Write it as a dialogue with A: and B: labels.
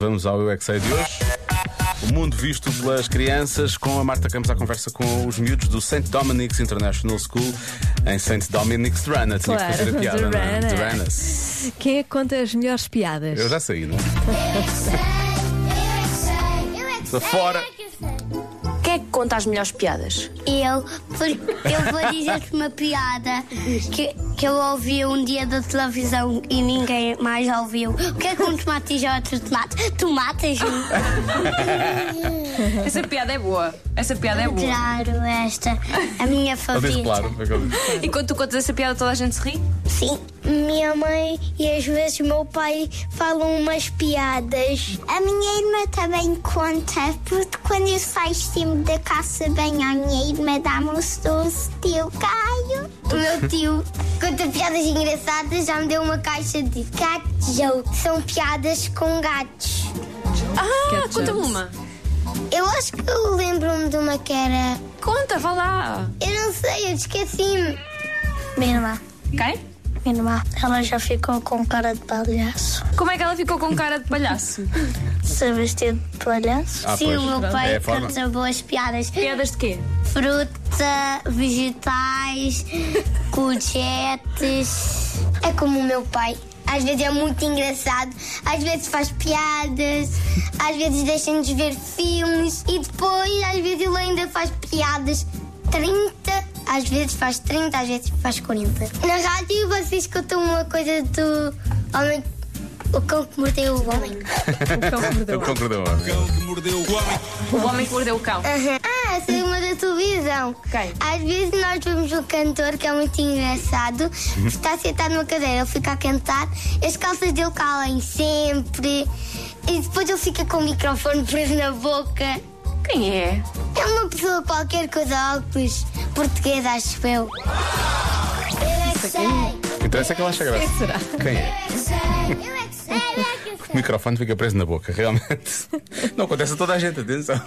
A: Vamos ao Eu é Que Sei de hoje. O mundo visto pelas crianças, com a Marta Campos à conversa com os miúdos do St. Dominic's International School, em St. Dominic's Durana. Tinha que fazer a
B: Claro,
A: piada, não é?
B: Durana.
A: Duranas.
B: Quem é que conta as melhores piadas?
A: Eu já saí, não é?
B: Tá
A: Lá fora.
C: Quem é que conta as melhores piadas?
D: Eu, porque eu vou dizer-te uma piada que, que eu ouvi um dia da televisão e ninguém mais ouviu. O que é que um tomate diz a outro tomate? Tomates?
C: Essa piada é boa. Essa piada é boa.
D: Claro, esta, a minha
A: Ele diz
D: favorita.
A: claro. é que ele diz.
C: E quando tu contas essa piada, toda a gente se ri?
D: Sim. Minha mãe e às vezes meu pai falam umas piadas. A minha irmã também conta, porque quando eu saio sempre da casa bem, a minha irmã dá-me os doce, tio Caio. O meu tio conta piadas engraçadas, já me deu uma caixa de gato. São piadas com gatos.
C: Ah,
B: Ketchup.
C: conta-me uma.
D: Eu acho que eu lembro-me de uma que era.
C: Conta, vá lá.
D: Eu não sei, eu esqueci-me. Minha irmã.
C: Quem?
D: Minha irmã, ela já ficou com cara de palhaço.
C: Como é que ela ficou com cara de palhaço?
D: Se vestir de palhaço?
A: Ah,
D: Sim,
A: pois.
D: o meu
A: É
D: pai
A: a forma.
D: canta boas piadas.
C: Piadas de quê?
D: Fruta, vegetais, cochetes. É como o meu pai. Às vezes é muito engraçado, às vezes faz piadas, às vezes deixa-nos ver filmes e depois, às vezes, ele ainda faz piadas 30, às vezes faz 30, às vezes faz 40. Na rádio, vocês contam uma coisa do homem, o cão que mordeu o homem.
B: Então
A: Eu concordou. amigo.
C: O homem que mordeu o cão.
D: Ah, essa é uma da televisão.
C: Quem?
D: Às vezes nós vemos um cantor que é muito engraçado, está sentado numa cadeira, ele fica a cantar, as calças dele caem sempre, e depois ele fica com o microfone preso na boca.
C: Quem é?
D: É uma pessoa qualquer coisa, óculos, portuguesa, acho eu. Eu é que sei, eu
A: O que interessa é que ela acha graça.
B: Será?
A: Quem é?
D: é que sei, eu é que sei, eu é que sei.
A: O microfone fica preso na boca, realmente. Não acontece a toda a gente, atenção.